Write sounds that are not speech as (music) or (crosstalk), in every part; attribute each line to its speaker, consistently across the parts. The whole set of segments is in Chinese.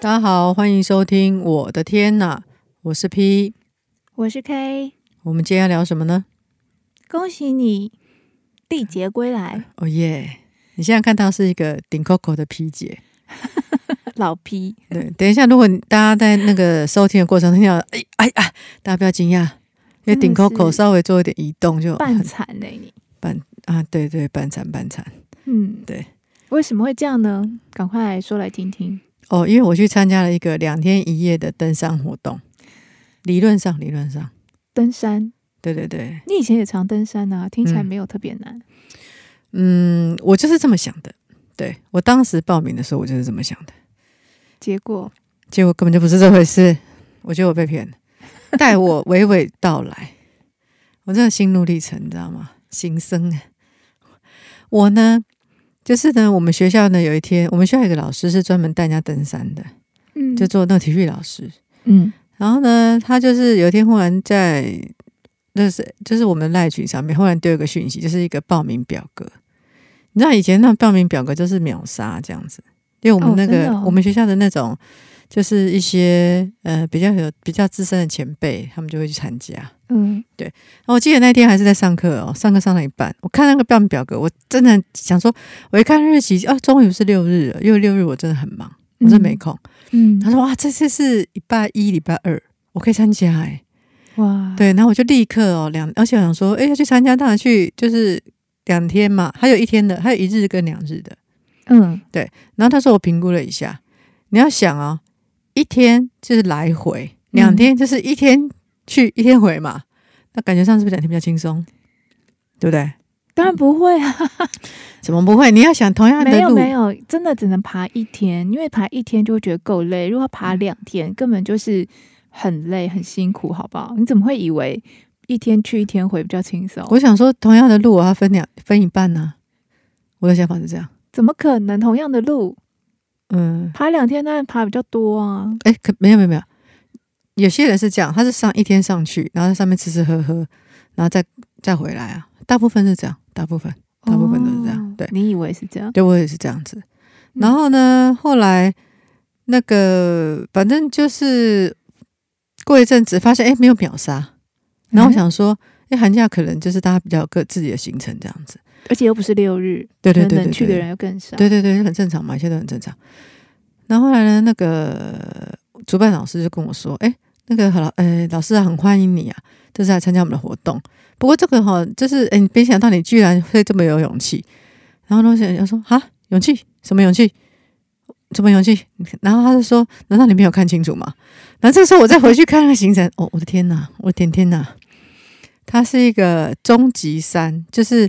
Speaker 1: 大家好，欢迎收听《我的天呐》，我是 P。
Speaker 2: 我是 K，
Speaker 1: 我们今天要聊什么呢？
Speaker 2: 恭喜你缔结归来，
Speaker 1: 哦耶！你现在看到是一个顶 Coco 的 P 姐。
Speaker 2: 老
Speaker 1: (laughs)
Speaker 2: P。
Speaker 1: 对，等一下，如果你大家在那个收听的过程听到，哎哎啊，大家不要惊讶，因为顶
Speaker 2: 真的是
Speaker 1: Coco 稍微做一点移动就
Speaker 2: 半
Speaker 1: 很
Speaker 2: 残嘞、你，
Speaker 1: 啊，对对，半残半残。
Speaker 2: 嗯，
Speaker 1: 对，
Speaker 2: 为什么会这样呢？赶快来说来听听。
Speaker 1: 哦，因为我去参加了一个两天一夜的登山活动，理论上理论上，
Speaker 2: 登山，
Speaker 1: 对对对，
Speaker 2: 你以前也常登山啊，听起来
Speaker 1: 嗯
Speaker 2: 没有特别难。
Speaker 1: 嗯，我就是这么想的。对我当时报名的时候，我就是这么想的。
Speaker 2: 结果
Speaker 1: 结果根本就不是这回事，我觉得我被骗了。待我娓娓道来，我真的心路历程，你知道吗？心生啊，我呢，就是呢，我们学校呢有一天，我们学校有一个老师是专门带人家登山的，
Speaker 2: 嗯，
Speaker 1: 就做那个体育老师。
Speaker 2: 嗯
Speaker 1: 然后呢，他就是有一天忽然在，就是就是我们赖群上面忽然丢一个讯息，就是一个报名表格。你知道以前那报名表格就是秒杀这样子，因为我们
Speaker 2: 哦
Speaker 1: 那个、
Speaker 2: 真的哦
Speaker 1: 我们学校的那种，就是一些呃比较有比较资深的前辈，他们就会去参加。
Speaker 2: 嗯，
Speaker 1: 然后我记得那天还是在上课哦，上课上到一半，我看那个报名表格，我真的想说，我一看日期啊，终于是六日了，因为六日我真的很忙，我真的没空。
Speaker 2: 嗯，
Speaker 1: 他说哇，这次是礼拜一、礼拜二，我可以参加哎、
Speaker 2: 哇，，
Speaker 1: 对，然后我就立刻哦两，而且我想说，哎，要去参加，当然去，就是两天嘛，还有一天的，还有一日跟两日的。
Speaker 2: 嗯，
Speaker 1: 然后他说我评估了一下，你要想哦，一天就是来回，两
Speaker 2: 嗯
Speaker 1: 天就是一天去一天回嘛，那感觉上是不是两天比较轻松？对不对？
Speaker 2: 当然不会啊，
Speaker 1: 怎么不会？你要想同样
Speaker 2: 没
Speaker 1: 的
Speaker 2: 有
Speaker 1: 路，
Speaker 2: 没有，真的只能爬一天，因为爬一天就会觉得够累，如果爬
Speaker 1: 嗯
Speaker 2: 两天，根本就是很累很辛苦，好不好？你怎么会以为一天去一天回比较轻松？
Speaker 1: 我想说同样的路我要分两分一半呢、我的想法是这样，
Speaker 2: 怎么可能？同样的路
Speaker 1: 嗯，
Speaker 2: 爬两天，当然爬比较多啊。
Speaker 1: 哎，可没有没有没有，有些人是这样，他是上一天上去，然后在上面吃吃喝喝，然后再再回来啊。大部分是这样，大部分大部分都是这样。
Speaker 2: 哦
Speaker 1: 对，
Speaker 2: 你以为是这样？
Speaker 1: 对我也是这样
Speaker 2: 嗯
Speaker 1: 子。然后呢，后来那个反正就是过一阵子发现，哎，没有秒杀。
Speaker 2: 嗯
Speaker 1: 然后我想说，哎，寒假可能就是大家比较有各自己的行程这样子。
Speaker 2: 而且又不是六日，
Speaker 1: 对对
Speaker 2: 可
Speaker 1: 对对
Speaker 2: 能能去的
Speaker 1: 对
Speaker 2: 人又更少。
Speaker 1: 对对对，很正常嘛，一切都很正常。然后后来呢，那个主办老师就跟我说：“哎，那个好了，哎，老师啊，很欢迎你啊，就是来参加我们的活动。不过这个哈、就是哎，你没想到你居然会这么有勇气。”然后呢，我想想说：“哈，勇气？什么勇气？什么勇气？”然后他就说：“难道你没有看清楚吗？”然后这时候我再回去看那个行程，哦，我的天呐，我的天天呐，它是一个终极山，就是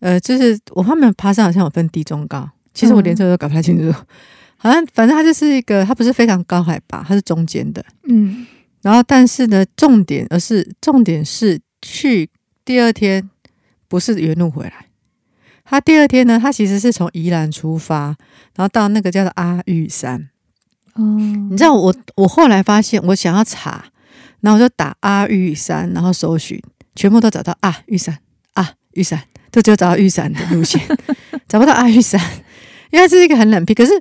Speaker 1: 呃，就是我他们爬山好像有分低、中、高，其实我连这个都搞不太清楚。好像反正它就是一个，它不是非常高海拔，它是中间的。
Speaker 2: 嗯，
Speaker 1: 然后但是呢，重点而是重点是去第二天不是原路回来。他第二天呢，他其实是从宜兰出发，然后到那个叫做阿玉山。
Speaker 2: 哦，
Speaker 1: 你知道我我后来发现，我想要查，然后我就打阿玉山，然后搜寻，全部都找到啊玉山啊玉山，就只有找到玉山的路线，找不到阿玉山，因为它是一个很冷僻。可是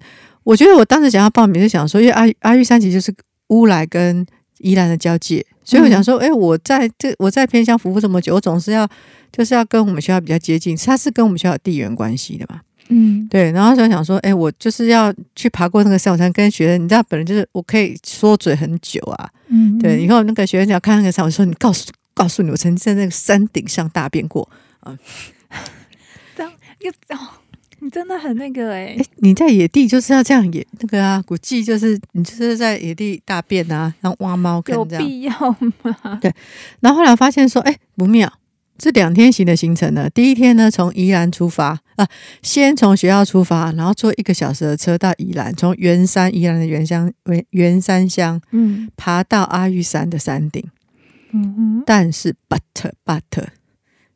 Speaker 1: 我觉得我当时想要报名，就想说，因为阿阿玉山其实就是乌来跟宜兰的交界，所以我想说，哎、我在这我在偏乡服务这么久，我总是要就是要跟我们学校比较接近，它是跟我们学校有地缘关系的嘛。
Speaker 2: 嗯，
Speaker 1: 对，然后就想说，哎，我就是要去爬过那个山，我才跟学生，你知道，本人就是我可以说嘴很久啊。
Speaker 2: 嗯，
Speaker 1: 对，以
Speaker 2: 后
Speaker 1: 后那个学生只要看那个山，我说你告诉告诉你，我曾经在那个山顶上大便过。
Speaker 2: 又哦，你真的很那个哎
Speaker 1: 哎，，你在野地就是要这样野那个啊，古迹就是你就是在野地大便啊，然后挖猫
Speaker 2: 有
Speaker 1: 坑这样。
Speaker 2: 必要吗？
Speaker 1: 然后后来发现说，哎，不妙。这两天行的行程呢，第一天呢从宜兰出发啊、先从学校出发，然后坐一个小时的车到宜兰，从圆山宜兰的圆乡圆圆山乡
Speaker 2: 嗯
Speaker 1: 爬到阿玉山的山顶，
Speaker 2: 嗯哼，
Speaker 1: 但是 but but，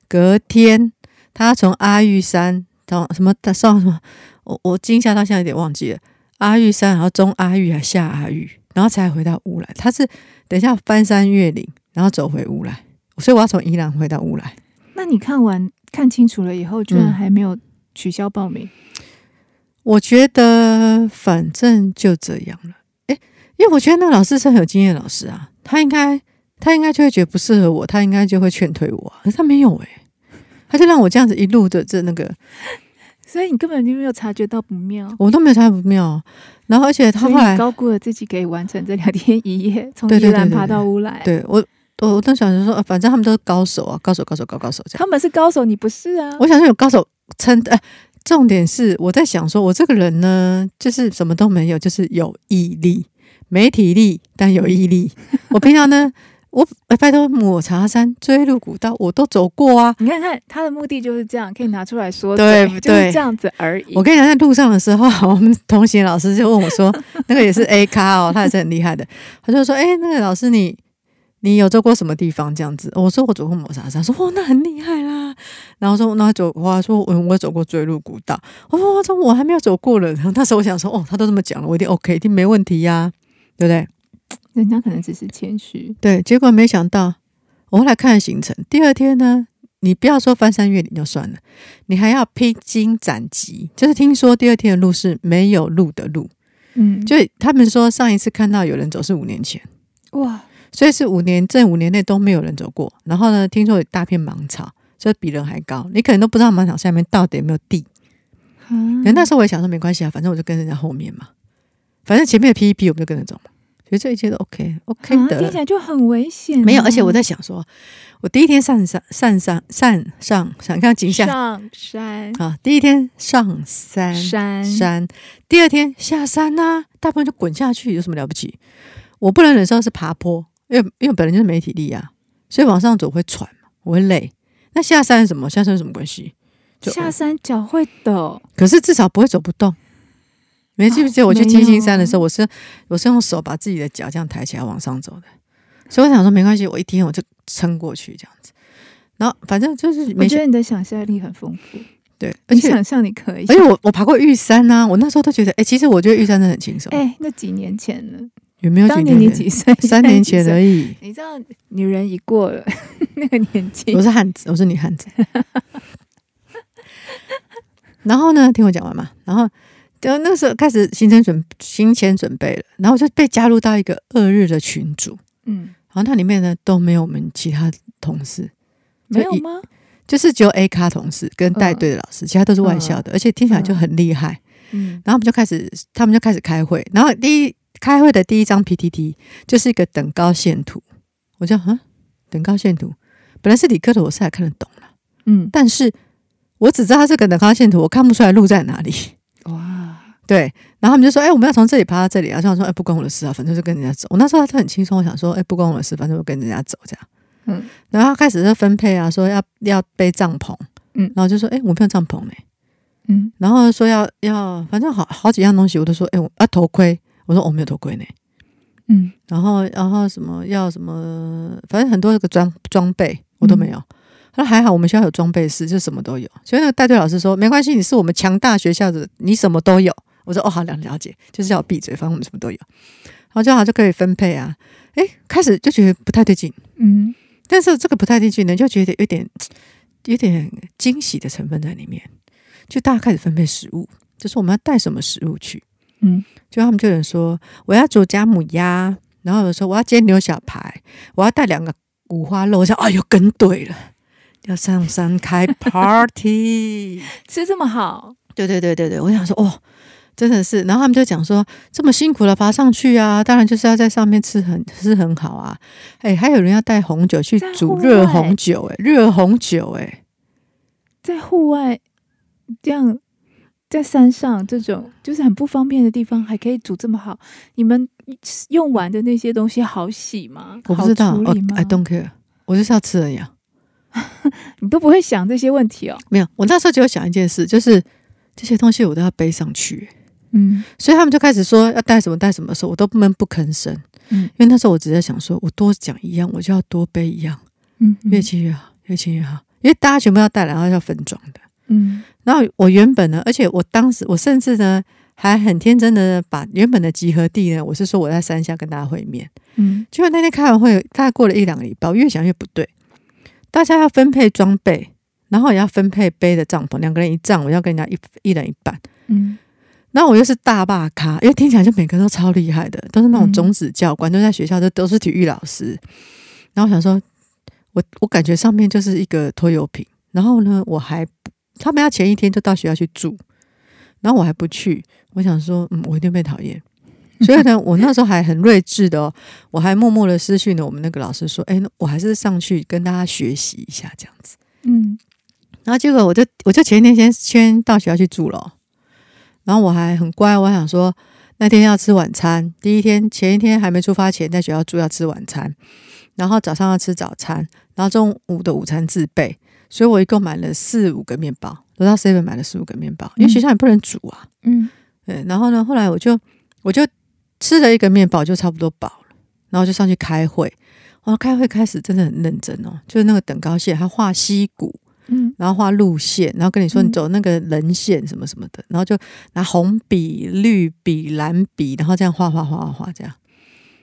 Speaker 1: 隔天他从阿玉山到什么他上什么，我我惊吓到现在有点忘记了，阿玉山，然后中阿玉还下阿玉，然后才回到乌来。他是等一下翻山越岭，然后走回乌来，所以我要从宜兰回到乌来。
Speaker 2: 那你看完看清楚了以后，居然
Speaker 1: 嗯
Speaker 2: 还没有取消报名，
Speaker 1: 我觉得反正就这样了。哎，因为我觉得那个老师是很有经验的老师啊，他应该他应该就会觉得不适合我，他应该就会劝退我啊、可是他没有诶、他就让我这样子一路的这那个，
Speaker 2: 所以你根本就没有察觉到不妙。
Speaker 1: 我都没有猜不妙。啊然后而且他
Speaker 2: 所以
Speaker 1: 后来
Speaker 2: 你高估了自己可以完成这两天一夜，从
Speaker 1: 对
Speaker 2: 宜
Speaker 1: 对对
Speaker 2: 兰
Speaker 1: 对
Speaker 2: 爬
Speaker 1: 对
Speaker 2: 到乌来。
Speaker 1: 对我我我当时想着说、呃，反正他们都是高手啊，高手高手高高手这样。
Speaker 2: 他们是高手，你不是啊？
Speaker 1: 我想说有高手撑的、哎重点是我在想说，我这个人呢，就是什么都没有，就是有毅力，没体力但有毅力。我平常呢，我哎拜托抹茶山、追鹿古道我都走过啊。
Speaker 2: 你看看他的目的就是这样，可以拿出来说
Speaker 1: 对
Speaker 2: 嘴，
Speaker 1: 不
Speaker 2: 就是
Speaker 1: 对
Speaker 2: 这样子而已。
Speaker 1: 我跟你讲，在路上的时候， (laughs) 我们同行老师就问我说，那个也是 A 咖哦，他也是很厉害的。他就说，哎、那个老师你。你有走过什么地方这样子？我说我走过抹茶山，说哦那很厉害啦。然后说那走，我说嗯我走过追鹿古道，我说我说我还没有走过了。然后那时候我想说哦他都这么讲了，我一定 OK，一定没问题呀、对不对？
Speaker 2: 人家可能只是谦虚，
Speaker 1: 对，结果没想到，我后来看了行程，第二天呢，你不要说翻山越岭就算了，你还要披荆斩棘，就是听说第二天的路是没有路的路，
Speaker 2: 嗯，
Speaker 1: 就他们说上一次看到有人走是五年前，
Speaker 2: 哇，
Speaker 1: 所以是五年这五年内都没有人走过。然后呢，听说有大片芒草，所以比人还高，你可能都不知道芒草下面到底有没有地。可
Speaker 2: 人
Speaker 1: 能那时候我也想说没关系啊，反正我就跟人家后面嘛，反正前面的劈一劈我们就跟着走嘛，所以这一切都 OK OK 的。
Speaker 2: 听起来就很危险啊、
Speaker 1: 没有，而且我在想说，我第一天上山上山上上上，看景象
Speaker 2: 上山
Speaker 1: 啊，第一天上山
Speaker 2: 山
Speaker 1: 山，第二天下山呐、大部分就滚下去，有什么了不起？我不能忍受的是爬坡，因为因为本来就是没体力啊，所以往上走会喘嘛，我会累。那下山是什么？下山有什么关系？就
Speaker 2: 下山脚会抖，
Speaker 1: 可是至少不会走不动。你记不记得
Speaker 2: 哦
Speaker 1: 我去
Speaker 2: 没
Speaker 1: 七星
Speaker 2: 有
Speaker 1: 山的时候，我是我是用手把自己的脚这样抬起来往上走的，所以我想说没关系，我一天我就撑过去这样子。然后反正就是
Speaker 2: 我
Speaker 1: 没
Speaker 2: 觉
Speaker 1: 想
Speaker 2: 得你的想象力很丰富，
Speaker 1: 对，而
Speaker 2: 你
Speaker 1: 且
Speaker 2: 想象你可以
Speaker 1: 而。且我我爬过玉山呐、我那时候都觉得，哎、其实我觉得玉山真的很轻松，
Speaker 2: 哎、那几年前了，
Speaker 1: 有没有几
Speaker 2: 当年你
Speaker 1: 前？
Speaker 2: 几岁？
Speaker 1: 三年前
Speaker 2: 的。
Speaker 1: 而已。
Speaker 2: 你知道女人已过了那个年纪
Speaker 1: 我，是汉子，我是女汉子。然后呢，听我讲完嘛。然后就那时候开始行程准行前准备了，然后我就被加入到一个二日的群组，
Speaker 2: 嗯，
Speaker 1: 然后那里面呢都没有我们其他同事，
Speaker 2: 没有吗？
Speaker 1: 就是只有 A 咖同事跟带队的老师，其他都是外校的，而且听起来就很厉害。
Speaker 2: 嗯，
Speaker 1: 然后我们就开始，他们就开始开会。然后第一开会的第一张 PPT 就是一个等高线图，我就啊，等高线图本来是理科的，我是还看得懂啦，
Speaker 2: 嗯，
Speaker 1: 但是我只知道它是个等高线图，我看不出来路在哪里。 (laughs)
Speaker 2: 嗯哇，
Speaker 1: 对，然后他们就说：“哎、我们要从这里爬到这里。”然后我想说：“哎、不关我的事啊，反正就跟人家走。”我那时候就很轻松，我想说：“哎、不关我的事，反正我跟人家走这样。”
Speaker 2: 嗯，
Speaker 1: 然后开始就分配啊，说要要背帐篷，
Speaker 2: 嗯
Speaker 1: 然后就说：“哎、我没有帐篷呢、
Speaker 2: 嗯，
Speaker 1: 然后说要要，反正好好几样东西，我都说：“哎、我要头盔。”我说：“我、没有头盔呢、
Speaker 2: 嗯，
Speaker 1: 然后然后什么要什么，反正很多个装装备我都没有。那还好，我们学校有装备室，就什么都有。所以那个带队老师说，没关系，你是我们强大学校的，你什么都有。我说哦，好了了解，就是要闭嘴，反正我们什么都有。然后就好就可以分配啊。诶，开始就觉得不太对劲，
Speaker 2: 嗯，
Speaker 1: 但是这个不太对劲呢，就觉得有点有点惊喜的成分在里面。就大家开始分配食物，就是我们要带什么食物去。
Speaker 2: 嗯，
Speaker 1: 就他们就有人说我要煮姜母鸭，然后有人说我要煎牛小排，我要带两个五花肉。我想，哎呦，跟对了，要上山开 party。 (laughs)
Speaker 2: 吃这么好，
Speaker 1: 对对对对对，我想说，哦，真的是。然后他们就讲说，这么辛苦了爬上去啊，当然就是要在上面吃很吃很好啊。哎，还有人要带红酒去
Speaker 2: 在
Speaker 1: 煮
Speaker 2: 户
Speaker 1: 热
Speaker 2: 外
Speaker 1: 红酒、哎，热红酒、哎，
Speaker 2: 在户外这样，在山上这种就是很不方便的地方，还可以煮这么好，你们用完的那些东西好洗吗？
Speaker 1: 我不知道，
Speaker 2: 好处
Speaker 1: 哦
Speaker 2: 理吗？
Speaker 1: ，I don't care，我就是要吃而已啊。
Speaker 2: 你都不会想这些问题哦。
Speaker 1: 没有，我那时候只有想一件事，就是这些东西我都要背上去、哎
Speaker 2: 嗯
Speaker 1: 所以他们就开始说要带什么带什么的时候，我都闷不吭声，
Speaker 2: 嗯
Speaker 1: 因为那时候我只在想说，我多讲一样，我就要多背一样，
Speaker 2: 嗯，
Speaker 1: 越轻越好，越轻越好，因为大家全部要带来，然后要分装的。
Speaker 2: 嗯
Speaker 1: 然后我原本呢，而且我当时我甚至呢还很天真的把原本的集合地呢，我是说我在山下跟大家会面，
Speaker 2: 嗯
Speaker 1: 结果那天开完会，大概过了一两个礼拜，我越想越不对，大家要分配装备，然后也要分配背的帐篷，两个人一帐，我要跟人家一一人一半。
Speaker 2: 嗯
Speaker 1: 那我又是大霸咖，因为听起来就每个都超厉害的，都是那种种子教官，都在学校都都是体育老师。然后我想说，我我感觉上面就是一个拖油瓶。然后呢，我还他们要前一天就到学校去住，然后我还不去，我想说，嗯，我一定被讨厌。所以呢，我那时候还很睿智的哦，我还默默的私讯了我们那个老师说，哎，那我还是上去跟大家学习一下这样子。
Speaker 2: 嗯，
Speaker 1: 然后结果我就我就前一天先先到学校去住了哦，然后我还很乖，我还想说那天要吃晚餐，第一天前一天还没出发前在学校住要吃晚餐，然后早上要吃早餐，然后中午的午餐自备，所以我一共买了四五个面包，我到 seven 买了四五个面包，因为学校也不能煮啊，
Speaker 2: 嗯，
Speaker 1: 对，然后呢，后来我就我就吃了一个面包，就差不多饱了，然后就上去开会。哦，开会开始真的很认真哦，就是那个等高线，他画溪谷，
Speaker 2: 嗯，
Speaker 1: 然后画路线，然后跟你说
Speaker 2: 嗯
Speaker 1: 你走那个人线什么什么的，然后就拿红笔、绿笔、蓝笔，然后这样画画画画画这样。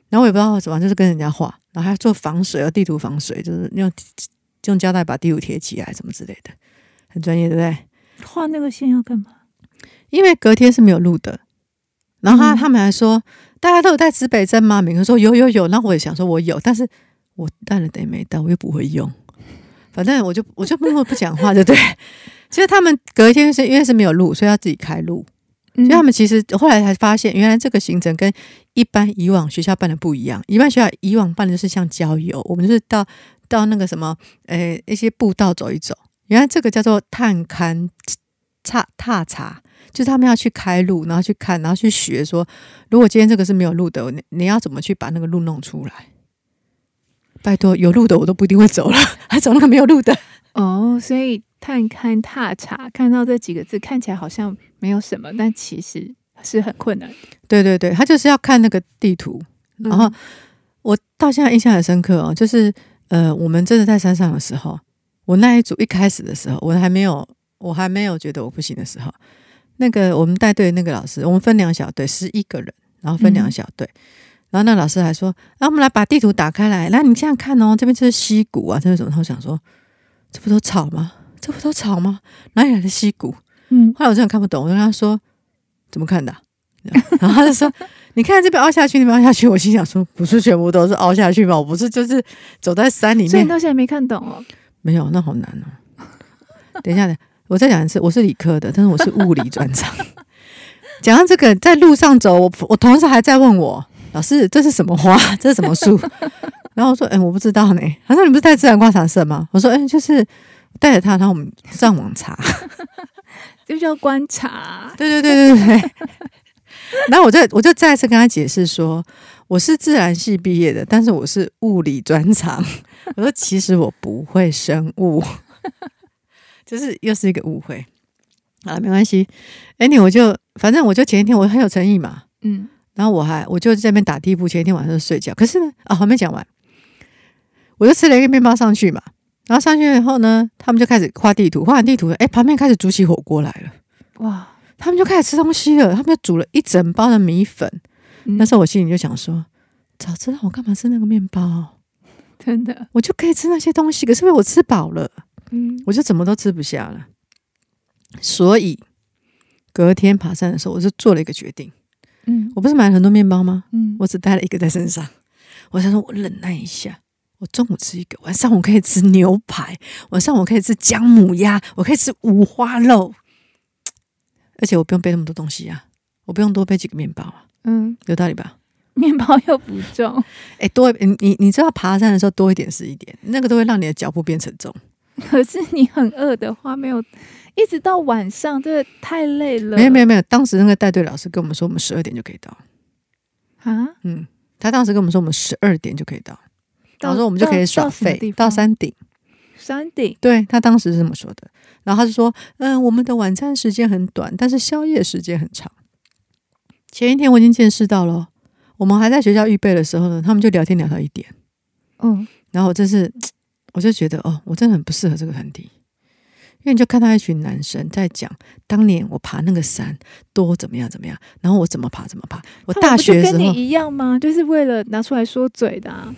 Speaker 1: 然后我也不知道怎么，就是跟人家画，然后还要做防水，要哦地图防水，就是用用胶带把地图贴起来，什么之类的，很专业，对不对？
Speaker 2: 画那个线要干嘛？
Speaker 1: 因为隔天是没有录的。然后他
Speaker 2: 嗯
Speaker 1: 他们还说，大家都有带指北针吗？每个人说有有有。那我也想说我有，但是我带了等于没带，我又不会用。反正我就我就默默不讲话，对不对？其实他们隔一天是因为是没有录，所以要自己开录。
Speaker 2: 嗯
Speaker 1: 所以他们其实后来才发现，原来这个行程跟一般以往学校办的不一样。一般学校以往办的就是像郊游，我们就是到到那个什么，呃，一些步道走一走。原来这个叫做探勘、踏踏查，就是他们要去开路，然后去看，然后去学说，如果今天这个是没有路的，你你要怎么去把那个路弄出来？拜托，有路的我都不一定会走了， (laughs) 还走那个没有路的。
Speaker 2: 哦，所以探勘踏查，看到这几个字看起来好像没有什么，但其实是很困难的。
Speaker 1: 对对对，他就是要看那个地图，
Speaker 2: 嗯
Speaker 1: 然后我到现在印象很深刻哦，就是呃，我们真的在山上的时候，我那一组一开始的时候，我还没有，我还没有觉得我不行的时候，那个我们带队的那个老师，我们分两小队，十一个人，然后分两小队。然后那老师还说：“那、啊、我们来把地图打开来，来你这样看哦，这边就是溪谷啊，这边什么？”然后我想说，这不都草吗？这不都草吗？哪里来的溪谷？
Speaker 2: 嗯，
Speaker 1: 后来我真的看不懂，我就跟他说怎么看的啊、然后他就说：“ (laughs) 你看这边凹下去，那边凹下去。”我心想说：“不是全部都是凹下去吗？我不是就是走在山里
Speaker 2: 所以
Speaker 1: 面
Speaker 2: 你，到现在没看懂哦。
Speaker 1: 没有，那好难哦。等一下，等一下我再讲一次，我是理科的，但是我是物理专长。 (laughs) 讲到这个，在路上走，我我同事还在问我老师这是什么花， (laughs) 这是什么树？然后我说，哎、我不知道呢。他说你不是带自然观察社吗？我说，哎、就是带着他，然后我们上网查。
Speaker 2: 这叫观察。
Speaker 1: 对对对对对对。然后我再我就再次跟他解释说，我是自然系毕业的，但是我是物理专长。我说其实我不会生物， (laughs) 就是又是一个误会。好了，没关系。a n 我就反正我就前一天我很有诚意嘛，
Speaker 2: 嗯，
Speaker 1: 然后我还我就在那边打地铺，前一天晚上就睡觉。可是呢，啊、还没讲完，我就吃了一个面包上去嘛，然后上去以后呢，他们就开始画地图，画完地图，哎，旁边开始煮起火锅来了。
Speaker 2: 哇，
Speaker 1: 他们就开始吃东西了，他们就煮了一整包的米粉。
Speaker 2: 嗯
Speaker 1: 那时候我心里就想说，早知道我干嘛吃那个面包，
Speaker 2: 真的，
Speaker 1: 我就可以吃那些东西。可是因为我吃饱了，
Speaker 2: 嗯，
Speaker 1: 我就怎么都吃不下了。所以隔天爬山的时候，我就做了一个决定。
Speaker 2: 嗯，
Speaker 1: 我不是买了很多面包吗？
Speaker 2: 嗯，
Speaker 1: 我只带了一个在身上。我想说，我忍耐一下。我中午吃一个，晚上我可以吃牛排，晚上我可以吃姜母鸭，我可以吃五花肉，而且我不用背那么多东西啊，我不用多背几个面包啊，
Speaker 2: 嗯，
Speaker 1: 有道理吧？
Speaker 2: 面包又不重， (laughs)
Speaker 1: 哎，多一你你你知道爬山的时候多一点是一点，那个都会让你的脚步变沉重。
Speaker 2: 可是你很饿的话，没有一直到晚上，真的太累了。
Speaker 1: 没有没有没有，当时那个带队老师跟我们说，我们十二点就可以到。
Speaker 2: 啊，
Speaker 1: 嗯，他当时跟我们说，我们十二点就可以到，
Speaker 2: 到
Speaker 1: 然后说我们就可以
Speaker 2: 到
Speaker 1: 耍
Speaker 2: 到什么
Speaker 1: 废
Speaker 2: 地
Speaker 1: 到
Speaker 2: 方
Speaker 1: 山顶。
Speaker 2: 山顶，
Speaker 1: 对他当时是这么说的，然后他就说，嗯，我们的晚餐时间很短，但是宵夜时间很长。前一天我已经见识到了，我们还在学校预备的时候呢，他们就聊天聊到一点，
Speaker 2: 嗯，
Speaker 1: 然后我真是，我就觉得哦，我真的很不适合这个团体，因为你就看到一群男生在讲当年我爬那个山多怎么样怎么样，然后我怎么爬怎么爬，我
Speaker 2: 他们
Speaker 1: 大
Speaker 2: 不就
Speaker 1: 学的时
Speaker 2: 跟你
Speaker 1: 候
Speaker 2: 一样吗？就是为了拿出来说嘴的、啊。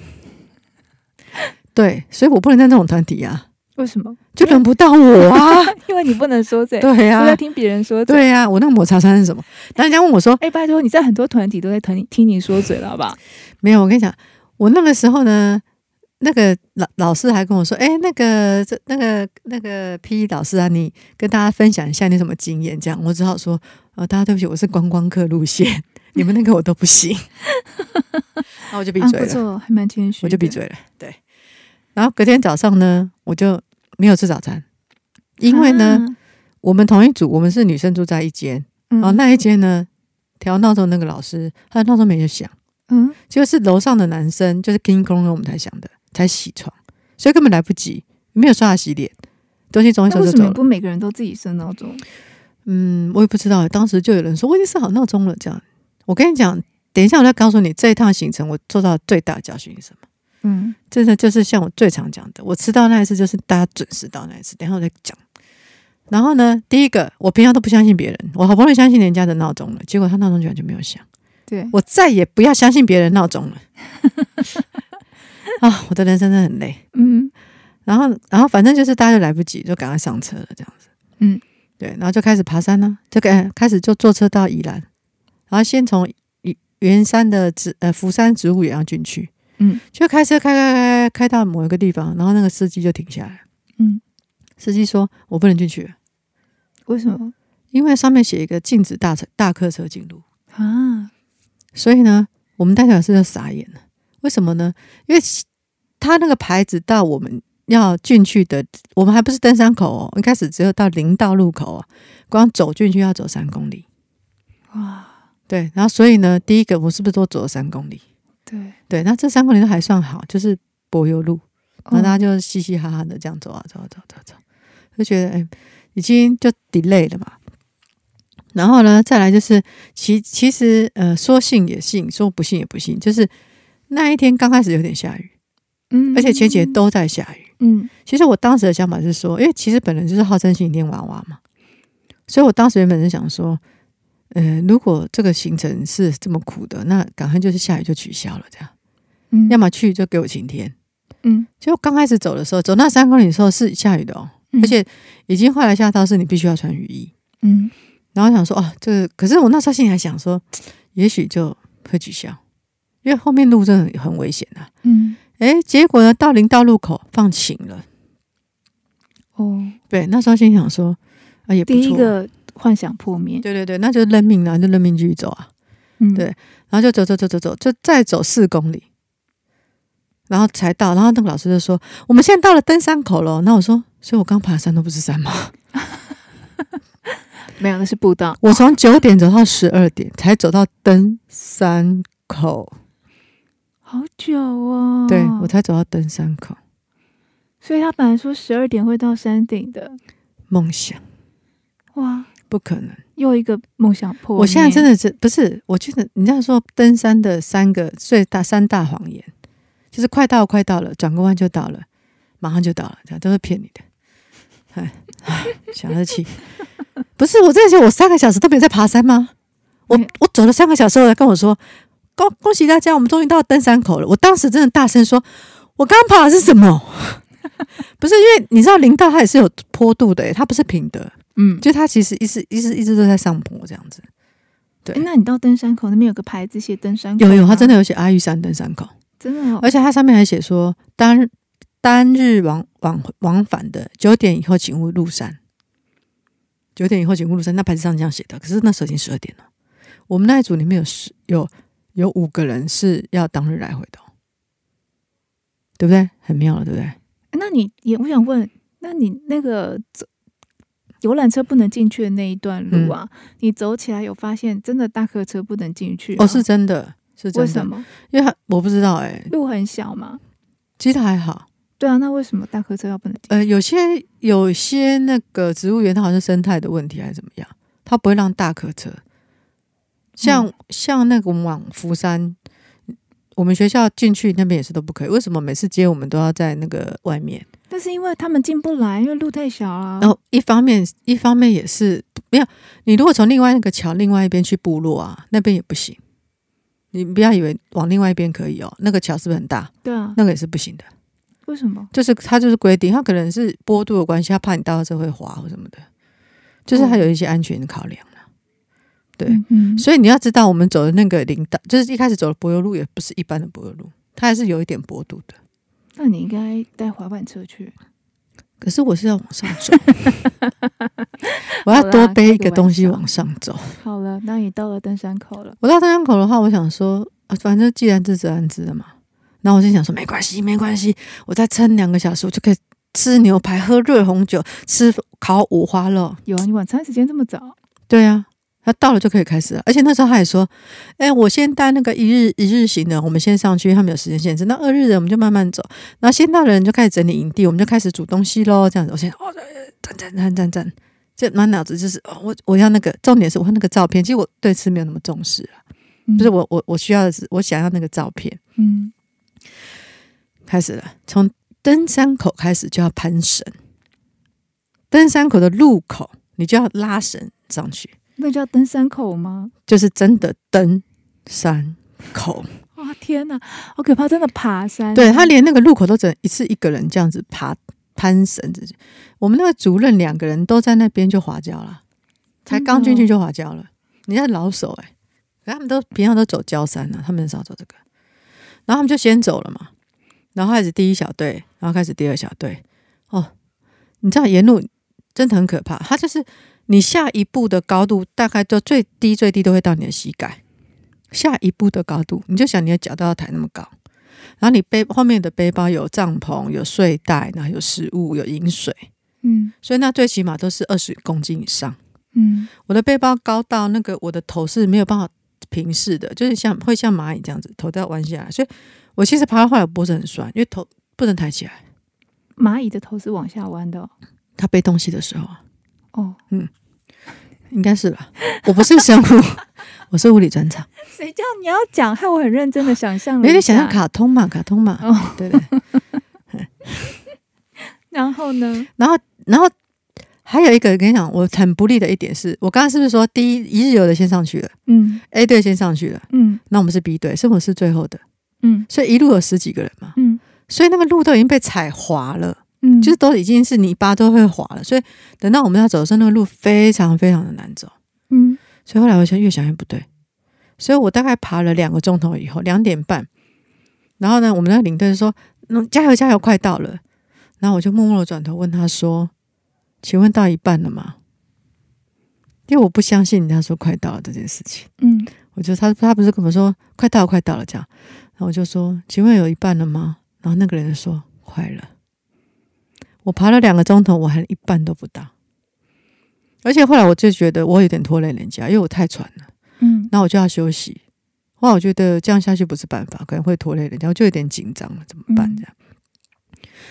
Speaker 1: 对，所以我不能在这种团体啊。
Speaker 2: 为什么？ (laughs)
Speaker 1: 就轮不到我啊！
Speaker 2: 因为你不能说嘴，
Speaker 1: 对呀、
Speaker 2: 都要听别人说嘴。
Speaker 1: 对啊呀、我那个抹茶山是什么？然后人家问我说
Speaker 2: 哎、拜托，你在很多团体都在听你听你说嘴了，好不好？
Speaker 1: 没有，我跟你讲，我那个时候呢，那个老老师还跟我说，哎、那个这那个那个 P 老师啊，你跟大家分享一下你什么经验？这样，我只好说，呃，大家对不起，我是观光客路线， (laughs) 你们那个我都不
Speaker 2: (laughs)
Speaker 1: 行。那我就闭
Speaker 2: 啊，
Speaker 1: 嘴
Speaker 2: 不
Speaker 1: 了，
Speaker 2: 错，还蛮谦虚。
Speaker 1: 我就闭。嘴了。对，然后隔天早上呢，我就没有吃早餐，因为呢，我们同一组，我们是女生住在一间，
Speaker 2: 啊啊，嗯
Speaker 1: 然后那一间呢，调闹钟那个老师，他的闹钟没有响。
Speaker 2: 嗯，
Speaker 1: 就是楼上的男生，就是 King k o n 我们才想的，才起床，所以根本来不及，没有刷牙洗脸，东西装一
Speaker 2: 那
Speaker 1: 收
Speaker 2: 为
Speaker 1: 就
Speaker 2: 什么
Speaker 1: 走
Speaker 2: 你
Speaker 1: 了。
Speaker 2: 不每个人都自己设闹钟？
Speaker 1: 嗯，我也不知道，当时就有人说我已经设好闹钟了，这样。我跟你讲，等一下我再告诉你这一趟行程我做到最大的教训是什么。
Speaker 2: 嗯，
Speaker 1: 真的就是像我最常讲的，我迟到那一次就是大家准时到那一次，等一下我再讲。然后呢，第一个，我平常都不相信别人，我好不容易相信人家的闹钟了，结果他闹钟居然就没有响。
Speaker 2: 对，
Speaker 1: 我再也不要相信别人闹钟了。啊，我的人生真的很累。
Speaker 2: 嗯
Speaker 1: 然后，然后反正就是大家就来不及，就赶快上车了，这样子。
Speaker 2: 嗯，
Speaker 1: 对，然后就开始爬山呢、就开开始就坐车到宜兰，然后先从宜圆山的植呃福山植物园要进去，
Speaker 2: 嗯，
Speaker 1: 就开车开开开开到某一个地方，然后那个司机就停下来，
Speaker 2: 嗯，
Speaker 1: 司机说：“我不能进去，
Speaker 2: 为什么
Speaker 1: 因为上面写一个禁止大车大客车进入。”
Speaker 2: 啊？
Speaker 1: 所以呢，我们代表老师就傻眼了。为什么呢？因为他那个牌子到我们要进去的，我们还不是登山口哦，一开始只有到林道路口啊，光走进去要走三公里。
Speaker 2: 哇，
Speaker 1: 对，然后所以呢，第一个我是不是都走了三公里？
Speaker 2: 对，
Speaker 1: 对，那这三公里都还算好，就是柏油路，然后
Speaker 2: 哦
Speaker 1: 大家就嘻嘻哈哈的这样走啊走啊走啊走啊走啊，就觉得哎、已经就 delay 了嘛。然后呢，再来就是其其实呃，说信也信，说不信也不信，就是那一天刚开始有点下雨，
Speaker 2: 嗯
Speaker 1: 而且前几天，都在下雨。
Speaker 2: 嗯
Speaker 1: 其实我当时的想法是说，因为其实本人就是好胜心天娃娃嘛，所以我当时原本是想说，呃，如果这个行程是这么苦的，那赶快就是下雨就取消了这样。
Speaker 2: 嗯，
Speaker 1: 要么去就给我晴天。
Speaker 2: 嗯，
Speaker 1: 就刚开始走的时候，走那三公里的时候是下雨的哦，
Speaker 2: 嗯
Speaker 1: 而，且已经后来下到是你必须要穿雨衣。
Speaker 2: 嗯
Speaker 1: 然后想说啊，这个可是我那时候心里还想说，也许就会取消，因为后面路真的很很危险啊。
Speaker 2: 嗯，
Speaker 1: 诶，结果呢，到林道路口放晴了。
Speaker 2: 哦，
Speaker 1: 对，那时候心里想说啊，也不
Speaker 2: 第
Speaker 1: 错。
Speaker 2: 一，个幻想破灭，
Speaker 1: 对对对，那就认命了，就认命继续走啊。
Speaker 2: 嗯，
Speaker 1: 对然后就走走走走走，就再走四公里，然后才到。然后那个老师就说：“我们现在到了登山口了。”那我说：“所以我刚爬的山都不是山吗，
Speaker 2: 没有，那是步道？”
Speaker 1: 我从九点走到十二点，才走到登山口。
Speaker 2: 好久哦，
Speaker 1: 对我才走到登山口，
Speaker 2: 所以他本来说十二点会到山顶的，
Speaker 1: 梦想
Speaker 2: 哇，
Speaker 1: 不可能。
Speaker 2: 又一个梦想破灭。
Speaker 1: 我现在真的是不是？我觉得你这样说，登山的三个最大三大谎言，就是快到了快到了，转个弯就到了，马上就到了，这样都是骗你的。哎，唉想得起，不是我真的觉得我三个小时都没有在爬山吗？我
Speaker 2: 嗯
Speaker 1: 我走了三个小时后来跟我说，恭恭喜大家，我们终于到登山口了。我当时真的大声说，我刚爬的是什么？ (laughs) 不是因为你知道林道它也是有坡度的、欸它不是平的，
Speaker 2: 嗯，
Speaker 1: 就它其实一直一直一直都在上坡这样子。对
Speaker 2: 诶哎那你到登山口那边有个牌子写登山口
Speaker 1: 有
Speaker 2: 吗，
Speaker 1: 有，他真的有写阿育山登山口，
Speaker 2: 真的、哦，
Speaker 1: 而且它上面还写说单单日往往往返的九点以后请勿入山。九点以后请勿入山，那牌子上这样写的，可是那时候已经十二点了。我们那一组里面有十有有五个人是要当日来回的哦，对不对？很妙了，对不哦对？
Speaker 2: 那你也我想问，那你那个走游览车不能进去的那一段
Speaker 1: 嗯
Speaker 2: 路啊，你走起来有发现真的大客车不能进去、啊？
Speaker 1: 哦，是真的，是真
Speaker 2: 为
Speaker 1: 的。
Speaker 2: 什？么？
Speaker 1: 因为它我不知道哎、
Speaker 2: 路很小嘛。
Speaker 1: 其实还好。
Speaker 2: 对啊，那为什么大客车要不能进？
Speaker 1: 呃，有些有些那个植物园，它好像生态的问题还是怎么样，它不会让大客车。像、像那个我们往福山，我们学校进去那边也是都不可以。为什么每次接我们都要在那个外面？
Speaker 2: 那是因为他们进不来，因为路太小啊。
Speaker 1: 然后一方面一方面也是没有，你如果从另外那个桥另外一边去部落啊，那边也不行。你不要以为往另外一边可以哦，那个桥是不是很大？
Speaker 2: 对啊，
Speaker 1: 那个也是不行的。
Speaker 2: 为什么？
Speaker 1: 就是他就是规定，他可能是坡度的关系，他怕你到这会滑或什么的，就是他有一些安全考量啦。对，
Speaker 2: 嗯嗯，
Speaker 1: 所以你要知道，我们走的那个林道，就是一开始走的柏油路，也不是一般的柏油路，它还是有一点坡度的。
Speaker 2: 那你应该带滑板车去。
Speaker 1: 可是我是要往上走，我要多背一个东西往上走。
Speaker 2: 好了，那你到了登山口了，
Speaker 1: 我到登山口的话，我想说，啊，反正既然自知安知了嘛。然后我就想说，没关系，没关系，我再撑两个小时，我就可以吃牛排、喝热红酒、吃烤五花肉。
Speaker 2: 有啊？你晚餐时间这么早？
Speaker 1: 对啊，他到了就可以开始了。而且那时候他也说，哎、我先带那个一日一日行的，我们先上去，他们有时间限制。那二日的我们就慢慢走，然后先到的人就开始整理营地，我们就开始煮东西喽。这样子，我先哦，呃赞赞赞赞赞，这满脑子就是哦，我我要那个，重点是我要那个照片。其实我对吃没有那么重视啊，
Speaker 2: 嗯
Speaker 1: 就是，我我我需要的是我想要那个照片。
Speaker 2: 嗯，
Speaker 1: 开始了，从登山口开始就要攀绳，登山口的路口你就要拉绳上去，
Speaker 2: 那叫登山口吗？
Speaker 1: 就是真的登山口。
Speaker 2: 哇，天哪，好可怕！真的爬山，
Speaker 1: 对他连那个路口都只能一次一个人这样子爬攀绳子，我们那个主任两个人都在那边就滑跤了，才刚进
Speaker 2: 嗯哦
Speaker 1: 去就滑跤了，人家老手哎、可他们都平常都走焦山啊，他们很少走这个，然后他们就先走了嘛，然后开始第一小队，然后开始第二小队，哦，你知道沿路真的很可怕，它就是你下一步的高度大概就最低最低都会到你的膝盖，下一步的高度你就想你的脚都要抬那么高。然后你背后面的背包有帐篷、有睡袋，然后有食物、有饮水，
Speaker 2: 嗯
Speaker 1: 所以那最起码都是二十公斤以上。
Speaker 2: 嗯，
Speaker 1: 我的背包高到那个我的头是没有办法平视的，就是像会像蚂蚁这样子，头都要弯下来。所以我其实爬到后来我脖子很酸，因为头不能抬起来。
Speaker 2: 蚂蚁的头是往下弯的哦
Speaker 1: 它背东西的时候啊，
Speaker 2: 哦。
Speaker 1: 应该是吧？我不是生物， (laughs) 我是物理专场。
Speaker 2: (laughs) 谁叫你要讲？害我很认真的想象了，
Speaker 1: 有点想象。卡通嘛，卡通嘛，
Speaker 2: 哦
Speaker 1: 对不对？
Speaker 2: 然后呢？
Speaker 1: 然后，然后还有一个跟你讲，我很不利的一点是，我刚刚是不是说第一一日游的先上去了？
Speaker 2: 嗯
Speaker 1: A 队先上去了，
Speaker 2: 嗯
Speaker 1: 那我们是 B 队，所以我是最后的，
Speaker 2: 嗯
Speaker 1: 所以一路有十几个人嘛，
Speaker 2: 嗯
Speaker 1: 所以那个路都已经被踩滑了，
Speaker 2: 嗯，
Speaker 1: 就是都已经是泥巴都会滑了，所以等到我们要走的时候，那个路非常非常的难走，
Speaker 2: 嗯
Speaker 1: 所以后来我就越想越不对，所以我大概爬了两个钟头以后，两点半，然后呢，我们那个领队就说：“嗯，加油加油，快到了。”然后我就默默的转头问他说：“请问到一半了吗？”因为我不相信他说快到了这件事情。
Speaker 2: 嗯
Speaker 1: 我就他他不是跟我说快到了快到了这样，然后我就说请问有一半了吗？然后那个人就说快了。我爬了两个钟头，我还一半都不到。而且后来我就觉得我有点拖累人家，因为我太喘了，
Speaker 2: 嗯
Speaker 1: 那我就要休息。后来我觉得这样下去不是办法，可能会拖累人家，我就有点紧张了，怎么办？
Speaker 2: 嗯
Speaker 1: 这样。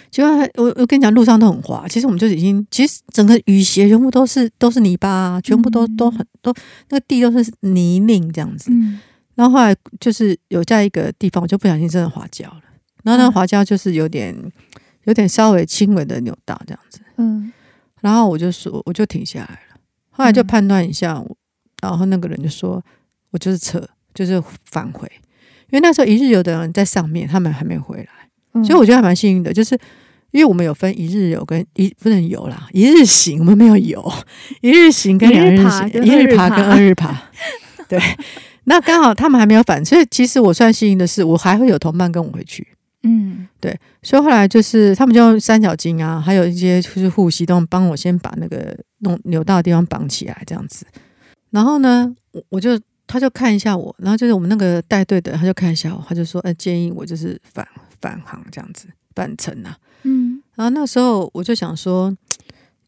Speaker 1: 结果我我跟你讲，路上都很滑。其实我们就已经，其实整个雨鞋全部都是都是泥巴、啊，全部都
Speaker 2: 嗯
Speaker 1: 都很都那个地都是泥泞这样子。
Speaker 2: 嗯
Speaker 1: 然后后来就是有在一个地方，我就不小心真的滑跤了。然后那个滑跤就是有点有点稍微轻微的扭到这样子，
Speaker 2: 嗯
Speaker 1: 然后我就说我就停下来了。后来就
Speaker 2: 嗯
Speaker 1: 判断一下，然后那个人就说我就是撤，就是返回，因为那时候一日游的人在上面，他们还没回来，
Speaker 2: 嗯，
Speaker 1: 所以我觉得还蛮幸运的，就是。因为我们有分一日游跟一不能游啦，一日行我们没有游，一日行跟两日行，
Speaker 2: 一
Speaker 1: 一
Speaker 2: 日
Speaker 1: 日
Speaker 2: 爬
Speaker 1: 爬
Speaker 2: 跟
Speaker 1: 跟
Speaker 2: 二
Speaker 1: 二日爬，
Speaker 2: (laughs)
Speaker 1: 对。那刚好他们还没有返，所以其实我算幸运的是，我还会有同伴跟我回去。
Speaker 2: 嗯
Speaker 1: 所以后来就是他们就用三角巾啊，还有一些就是护膝都帮我先把那个弄扭到的地方绑起来这样子。然后呢，我我就他就看一下我，然后就是我们那个带队的他就看一下我，他就说，呃，建议我就是返返航这样子返程啊。
Speaker 2: 嗯
Speaker 1: 然后那时候我就想说，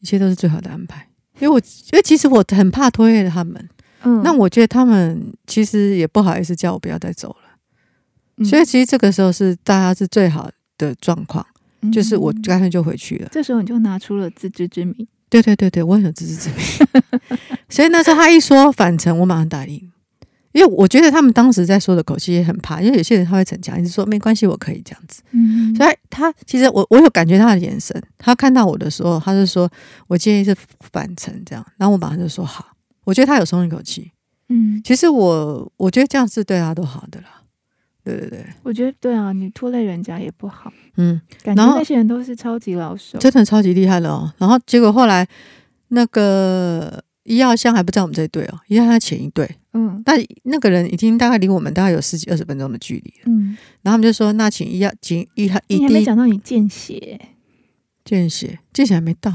Speaker 1: 一切都是最好的安排，因为我因为其实我很怕拖累了他们，
Speaker 2: 嗯，
Speaker 1: 那我觉得他们其实也不好意思叫我不要再走了，
Speaker 2: 嗯
Speaker 1: 所以其实这个时候是大家是最好的状况，就是我
Speaker 2: 嗯
Speaker 1: 干脆就回去了。
Speaker 2: 这时候你就拿出了自知之明，
Speaker 1: 对对对对，我很有自知之明， (laughs) 所以那时候他一说返程，我马上答应。因为我觉得他们当时在说的口气也很怕，因为有些人他会逞强，一直说没关系，我可以这样子。
Speaker 2: 嗯
Speaker 1: 所以他其实我我有感觉他的眼神，他看到我的时候，他就说我建议是返程这样，然后我马上就说好。我觉得他有松一口气，
Speaker 2: 嗯
Speaker 1: 其实我我觉得这样是对他都好的啦。对对对，
Speaker 2: 我觉得对啊，你拖累人家也不好，
Speaker 1: 嗯，
Speaker 2: 感
Speaker 1: 然
Speaker 2: 觉
Speaker 1: 后
Speaker 2: 那些人都是超级老手，
Speaker 1: 真的超级厉害了哦。然后结果后来那个医药箱还不在我们这一队哦，医药箱前一队，
Speaker 2: 嗯
Speaker 1: 但那个人已经大概离我们大概有十几二十分钟的距离了。
Speaker 2: 嗯，
Speaker 1: 然后他们就说：“那请医药，请医药
Speaker 2: 你
Speaker 1: 一
Speaker 2: 还没
Speaker 1: 滴
Speaker 2: 讲到你见血，
Speaker 1: 见血，见血还没到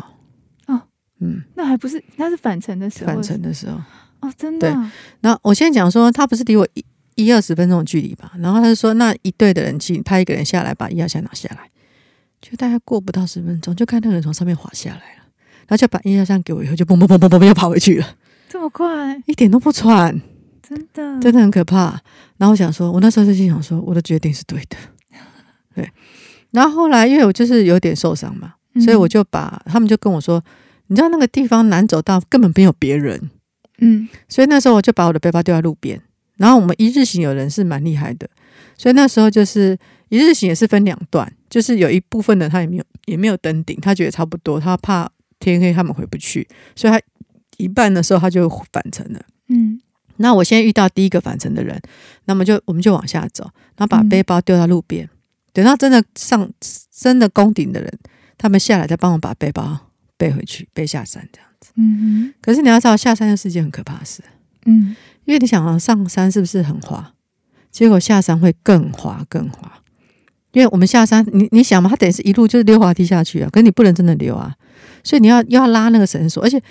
Speaker 2: 哦，
Speaker 1: 嗯，
Speaker 2: 那还不是那是返程的时候，
Speaker 1: 返程的时候。
Speaker 2: 哦，真的啊、
Speaker 1: 然后我现在讲说，他不是离我一一二十分钟的距离吧？然后他就说，那一队的人请派一个人下来把医药箱拿下来，就大概过不到十分钟，就看那个人从上面滑下来了，然后就把医药箱给我以后，就嘣嘣嘣嘣嘣又跑回去了，
Speaker 2: 这么快，
Speaker 1: 一点都不喘，
Speaker 2: 真的，
Speaker 1: 真的很可怕。然后我想说，我那时候就心想说，我的决定是对的，对。然后后来因为我就是有点受伤嘛，
Speaker 2: 嗯
Speaker 1: 所以我就把他们就跟我说，你知道那个地方难走到根本没有别人，
Speaker 2: 嗯
Speaker 1: 所以那时候我就把我的背包丢在路边。然后我们一日行有人是蛮厉害的，所以那时候就是一日行也是分两段，就是有一部分的他也没有也没有登顶，他觉得差不多，他怕天黑他们回不去，所以他一半的时候他就返程了。
Speaker 2: 嗯
Speaker 1: 那我先遇到第一个返程的人，那么就我们就往下走，然后把
Speaker 2: 嗯
Speaker 1: 背包丢到路边，等到真的上真的攻顶的人，他们下来再帮我把背包背回去，背下山这样。
Speaker 2: 嗯
Speaker 1: 可是你要知道，下山又是一件很可怕的事。
Speaker 2: 哼嗯，
Speaker 1: 因为你想啊，上山是不是很滑？结果下山会更滑更滑，因为我们下山，你你想嘛，它等于是一路就是溜滑梯下去啊，可是你不能真的溜啊，所以你要要拉那个绳索，而且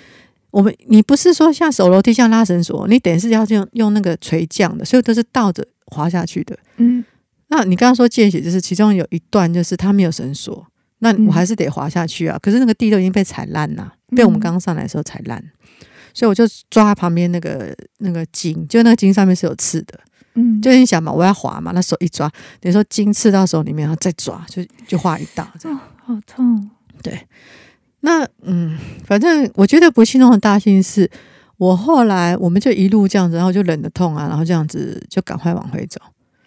Speaker 1: 我们你不是说像手楼梯像拉绳索，你等于是要用用那个垂降的，所以都是倒着滑下去的。
Speaker 2: 嗯
Speaker 1: 那你刚刚说见血，就是其中有一段就是它没有绳索，那
Speaker 2: 嗯
Speaker 1: 我还是得滑下去啊。可是那个地都已经被踩烂了，啊被我们
Speaker 2: 嗯
Speaker 1: 刚刚上来的时候踩烂，所以我就抓旁边那个那个筋，就那个筋上面是有刺的。
Speaker 2: 嗯，
Speaker 1: 就你想嘛，我要滑嘛，那手一抓，等于说筋刺到手里面，然后再抓，就就划一道这样。
Speaker 2: 哦，好痛，
Speaker 1: 那嗯，反正我觉得不幸中的大幸是，我后来我们就一路这样子，然后就忍着痛啊，然后这样子就赶快往回走。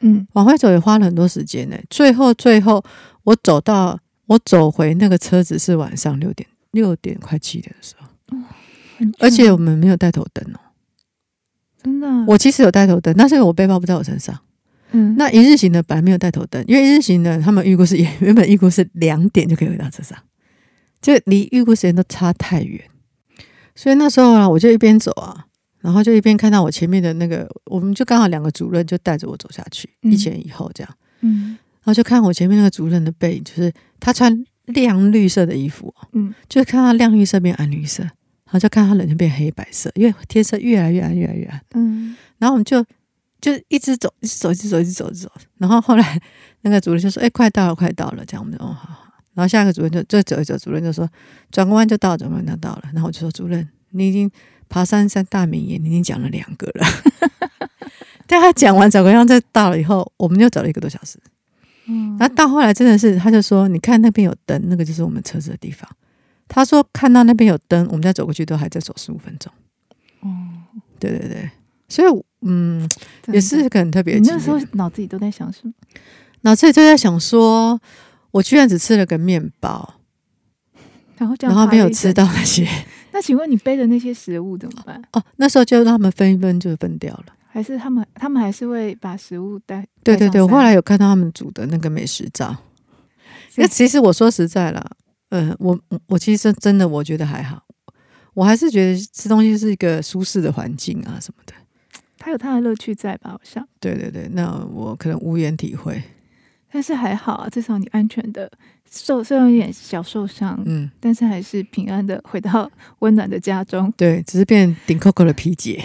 Speaker 2: 嗯
Speaker 1: 往回走也花了很多时间呢、最后最后，我走到我走回那个车子是晚上六点六点快七点的时候，
Speaker 2: 很久
Speaker 1: 而且我们没有带头灯哦、
Speaker 2: 真的，
Speaker 1: 我其实有带头灯，但是我背包不在我身上。
Speaker 2: 嗯
Speaker 1: 那一日行的本来没有带头灯，因为一日行的他们预估是原本预估是两点就可以回到车上，就离预估时间都差太远。所以那时候啊，我就一边走啊，然后就一边看到我前面的那个，我们就刚好两个主任就带着我走下去，
Speaker 2: 嗯
Speaker 1: 一前一后这样。
Speaker 2: 嗯
Speaker 1: 然后就看我前面那个主任的背影，就是他穿亮绿色的衣服，哦
Speaker 2: 嗯
Speaker 1: 就是看他亮绿色变暗绿色，然后就看他人就变黑白色，因为天色越来越暗，越来越暗。
Speaker 2: 嗯
Speaker 1: 然后我们就就一直走，一直走，一直走，一直走，一直走。然后后来那个主任就说：“哎、快到了，快到了。”这样我们就哦，好好。然后下一个主任就就走一走，主任就说：“转个弯就到，转个弯就到了。”然后我就说：“主任，你已经爬山三大名言，你已经讲了两个了。” (laughs) 但他讲完转个弯再到了以后，我们又走了一个多小时。
Speaker 2: 嗯，
Speaker 1: 然后到后来真的是，他就说：“你看那边有灯，那个就是我们车子的地方。”他说：“看到那边有灯，我们再走过去都还在走十五分钟。
Speaker 2: 哦，”
Speaker 1: 对对对，所以嗯，
Speaker 2: 真
Speaker 1: 也
Speaker 2: 的
Speaker 1: 是个很特别
Speaker 2: 你
Speaker 1: 的经
Speaker 2: 那时候
Speaker 1: 验。
Speaker 2: 脑子里都在想什么？
Speaker 1: 脑子里就在想说，我居然只吃了个面包，
Speaker 2: 然后这
Speaker 1: 然
Speaker 2: 样，
Speaker 1: 后没有吃。到那
Speaker 2: (laughs)
Speaker 1: 些
Speaker 2: 那请问你背的那些食物怎么办？
Speaker 1: 哦。那时候就让他们分一分，就分掉了。
Speaker 2: 还是他们他们还是会把食物带？
Speaker 1: 对
Speaker 2: 带
Speaker 1: 对
Speaker 2: 上
Speaker 1: 对，我
Speaker 2: 山
Speaker 1: 后来有看到他们煮的那个美食照。那其实我说实在啦，嗯，我我我其实真的我觉得还好，我还是觉得吃东西是一个舒适的环境啊什么的。
Speaker 2: 他有他的乐趣在吧？我想，
Speaker 1: 对对对，那我可能无缘体会。
Speaker 2: 但是还好啊，至少你安全的受，虽然有点小受伤，
Speaker 1: 嗯，
Speaker 2: 但是还是平安的回到温暖的家中，
Speaker 1: 对，只是变顶扣扣的皮姐，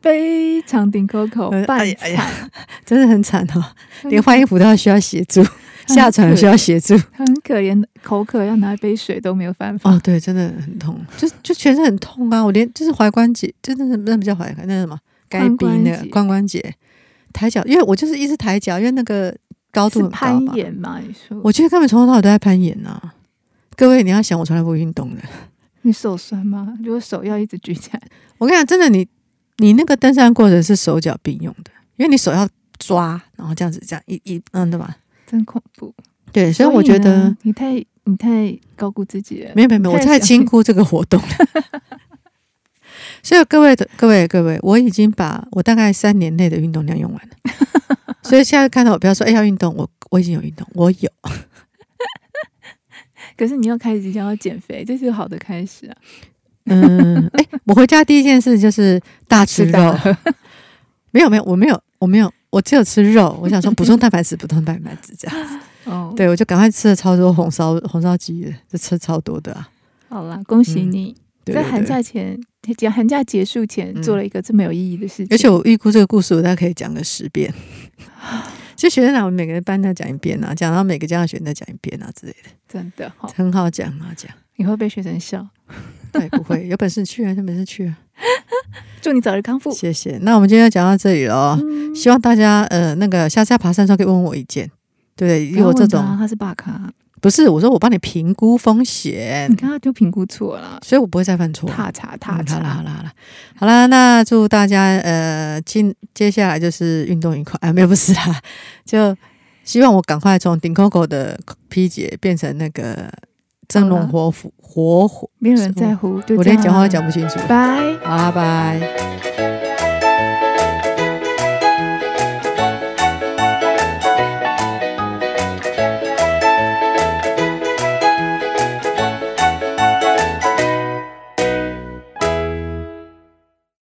Speaker 2: 非常顶 Coco
Speaker 1: 呃哎
Speaker 2: 哦半
Speaker 1: 呀哎
Speaker 2: 残
Speaker 1: 呀， (laughs) 真的很惨哦，
Speaker 2: 真
Speaker 1: (laughs) 连换衣服都要需要协 (laughs) 助，
Speaker 2: 很
Speaker 1: 下船也需要协助。
Speaker 2: 很可怜，口渴要拿一杯水都没有办法。
Speaker 1: 哦，对，真的很痛，就就全身很痛啊！我连就是踝关节，真的是那不叫踝关，那是什么该
Speaker 2: 髋
Speaker 1: 逼
Speaker 2: 关
Speaker 1: 那个
Speaker 2: 节
Speaker 1: 髋关节，抬脚，因为我就是一直抬脚，因为那个高度
Speaker 2: 是
Speaker 1: 很高
Speaker 2: 攀
Speaker 1: 嘛。
Speaker 2: 岩嘛？你说
Speaker 1: 我觉得根本从头到尾都在攀岩呐、各位，你要想，我从来不运动的。
Speaker 2: 你手酸吗？如果手要一直举起来，
Speaker 1: 我跟你讲，真的，你你那个登山过程是手脚并用的，因为你手要抓，然后这样子，这样一一嗯，对吧？
Speaker 2: 真恐怖。
Speaker 1: 对， (laughs) 所以我觉得
Speaker 2: 呢你太你太高估自己了。
Speaker 1: 没有没有没有，我
Speaker 2: 太
Speaker 1: 太
Speaker 2: 小
Speaker 1: 轻估这个活动了。
Speaker 2: (laughs)
Speaker 1: 所以各位的各位各位，我已经把我大概三年内的运动量用完了。所以现在看到我不要说哎、要运动，我我已经有运动，我有。
Speaker 2: 可是你又开始想要减肥，这是个好的开始啊！ (laughs)
Speaker 1: 嗯，哎、我回家第一件事就是大吃
Speaker 2: 知道
Speaker 1: 肉， (laughs) 没有没有，我没有我没有，我只有吃肉。我
Speaker 2: (laughs)
Speaker 1: 想说补充蛋白质，补充蛋白质这样。
Speaker 2: 哦，，
Speaker 1: 对，我就赶快吃了超多红烧红烧鸡的，就吃超多的啊。
Speaker 2: 好啦，恭喜你、
Speaker 1: 嗯对
Speaker 2: 在
Speaker 1: 对
Speaker 2: 寒
Speaker 1: 对
Speaker 2: 假前，结寒假结束前、
Speaker 1: 嗯
Speaker 2: 做了一个这么有意义的事情，
Speaker 1: 而且我预估这个故事，我大概可以讲个十遍。 (laughs) 其实学生党，啊我们每个班都讲一遍啊，讲到每个家长学生再讲一遍啊之类的，
Speaker 2: 真的好，
Speaker 1: 很好讲，很好讲。
Speaker 2: 你会被学生笑。
Speaker 1: 对，不会，有本事去啊，有本事去啊，
Speaker 2: 祝你早日康复。
Speaker 1: 谢谢。那我们今天就讲到这里了，哦
Speaker 2: 嗯
Speaker 1: 希望大家呃，那个下次要爬山的时候可以问问我意见，对不对？
Speaker 2: 不
Speaker 1: 以
Speaker 2: 要
Speaker 1: 我这
Speaker 2: 问
Speaker 1: 种
Speaker 2: 他他是爸咖，
Speaker 1: 不是，我说我帮你评估风险
Speaker 2: 你，看他就评估错了，
Speaker 1: 所以我不会再犯嗯错。
Speaker 2: 踏查踏
Speaker 1: 嗯好啦好
Speaker 2: 查，
Speaker 1: 啦好啦，好啦，那祝大家呃，今接下来就是运动愉快啊，没有 (laughs) 不是啦，就希望我赶快从顶 Coco 的 P 姐变成那个振
Speaker 2: 好
Speaker 1: 聋
Speaker 2: 啦
Speaker 1: 活虎活虎，
Speaker 2: 没有人在乎，就
Speaker 1: 我
Speaker 2: 这
Speaker 1: 连
Speaker 2: 样啊
Speaker 1: 讲话都
Speaker 2: 啦
Speaker 1: 讲不清楚。
Speaker 2: 拜。
Speaker 1: 好啦，拜。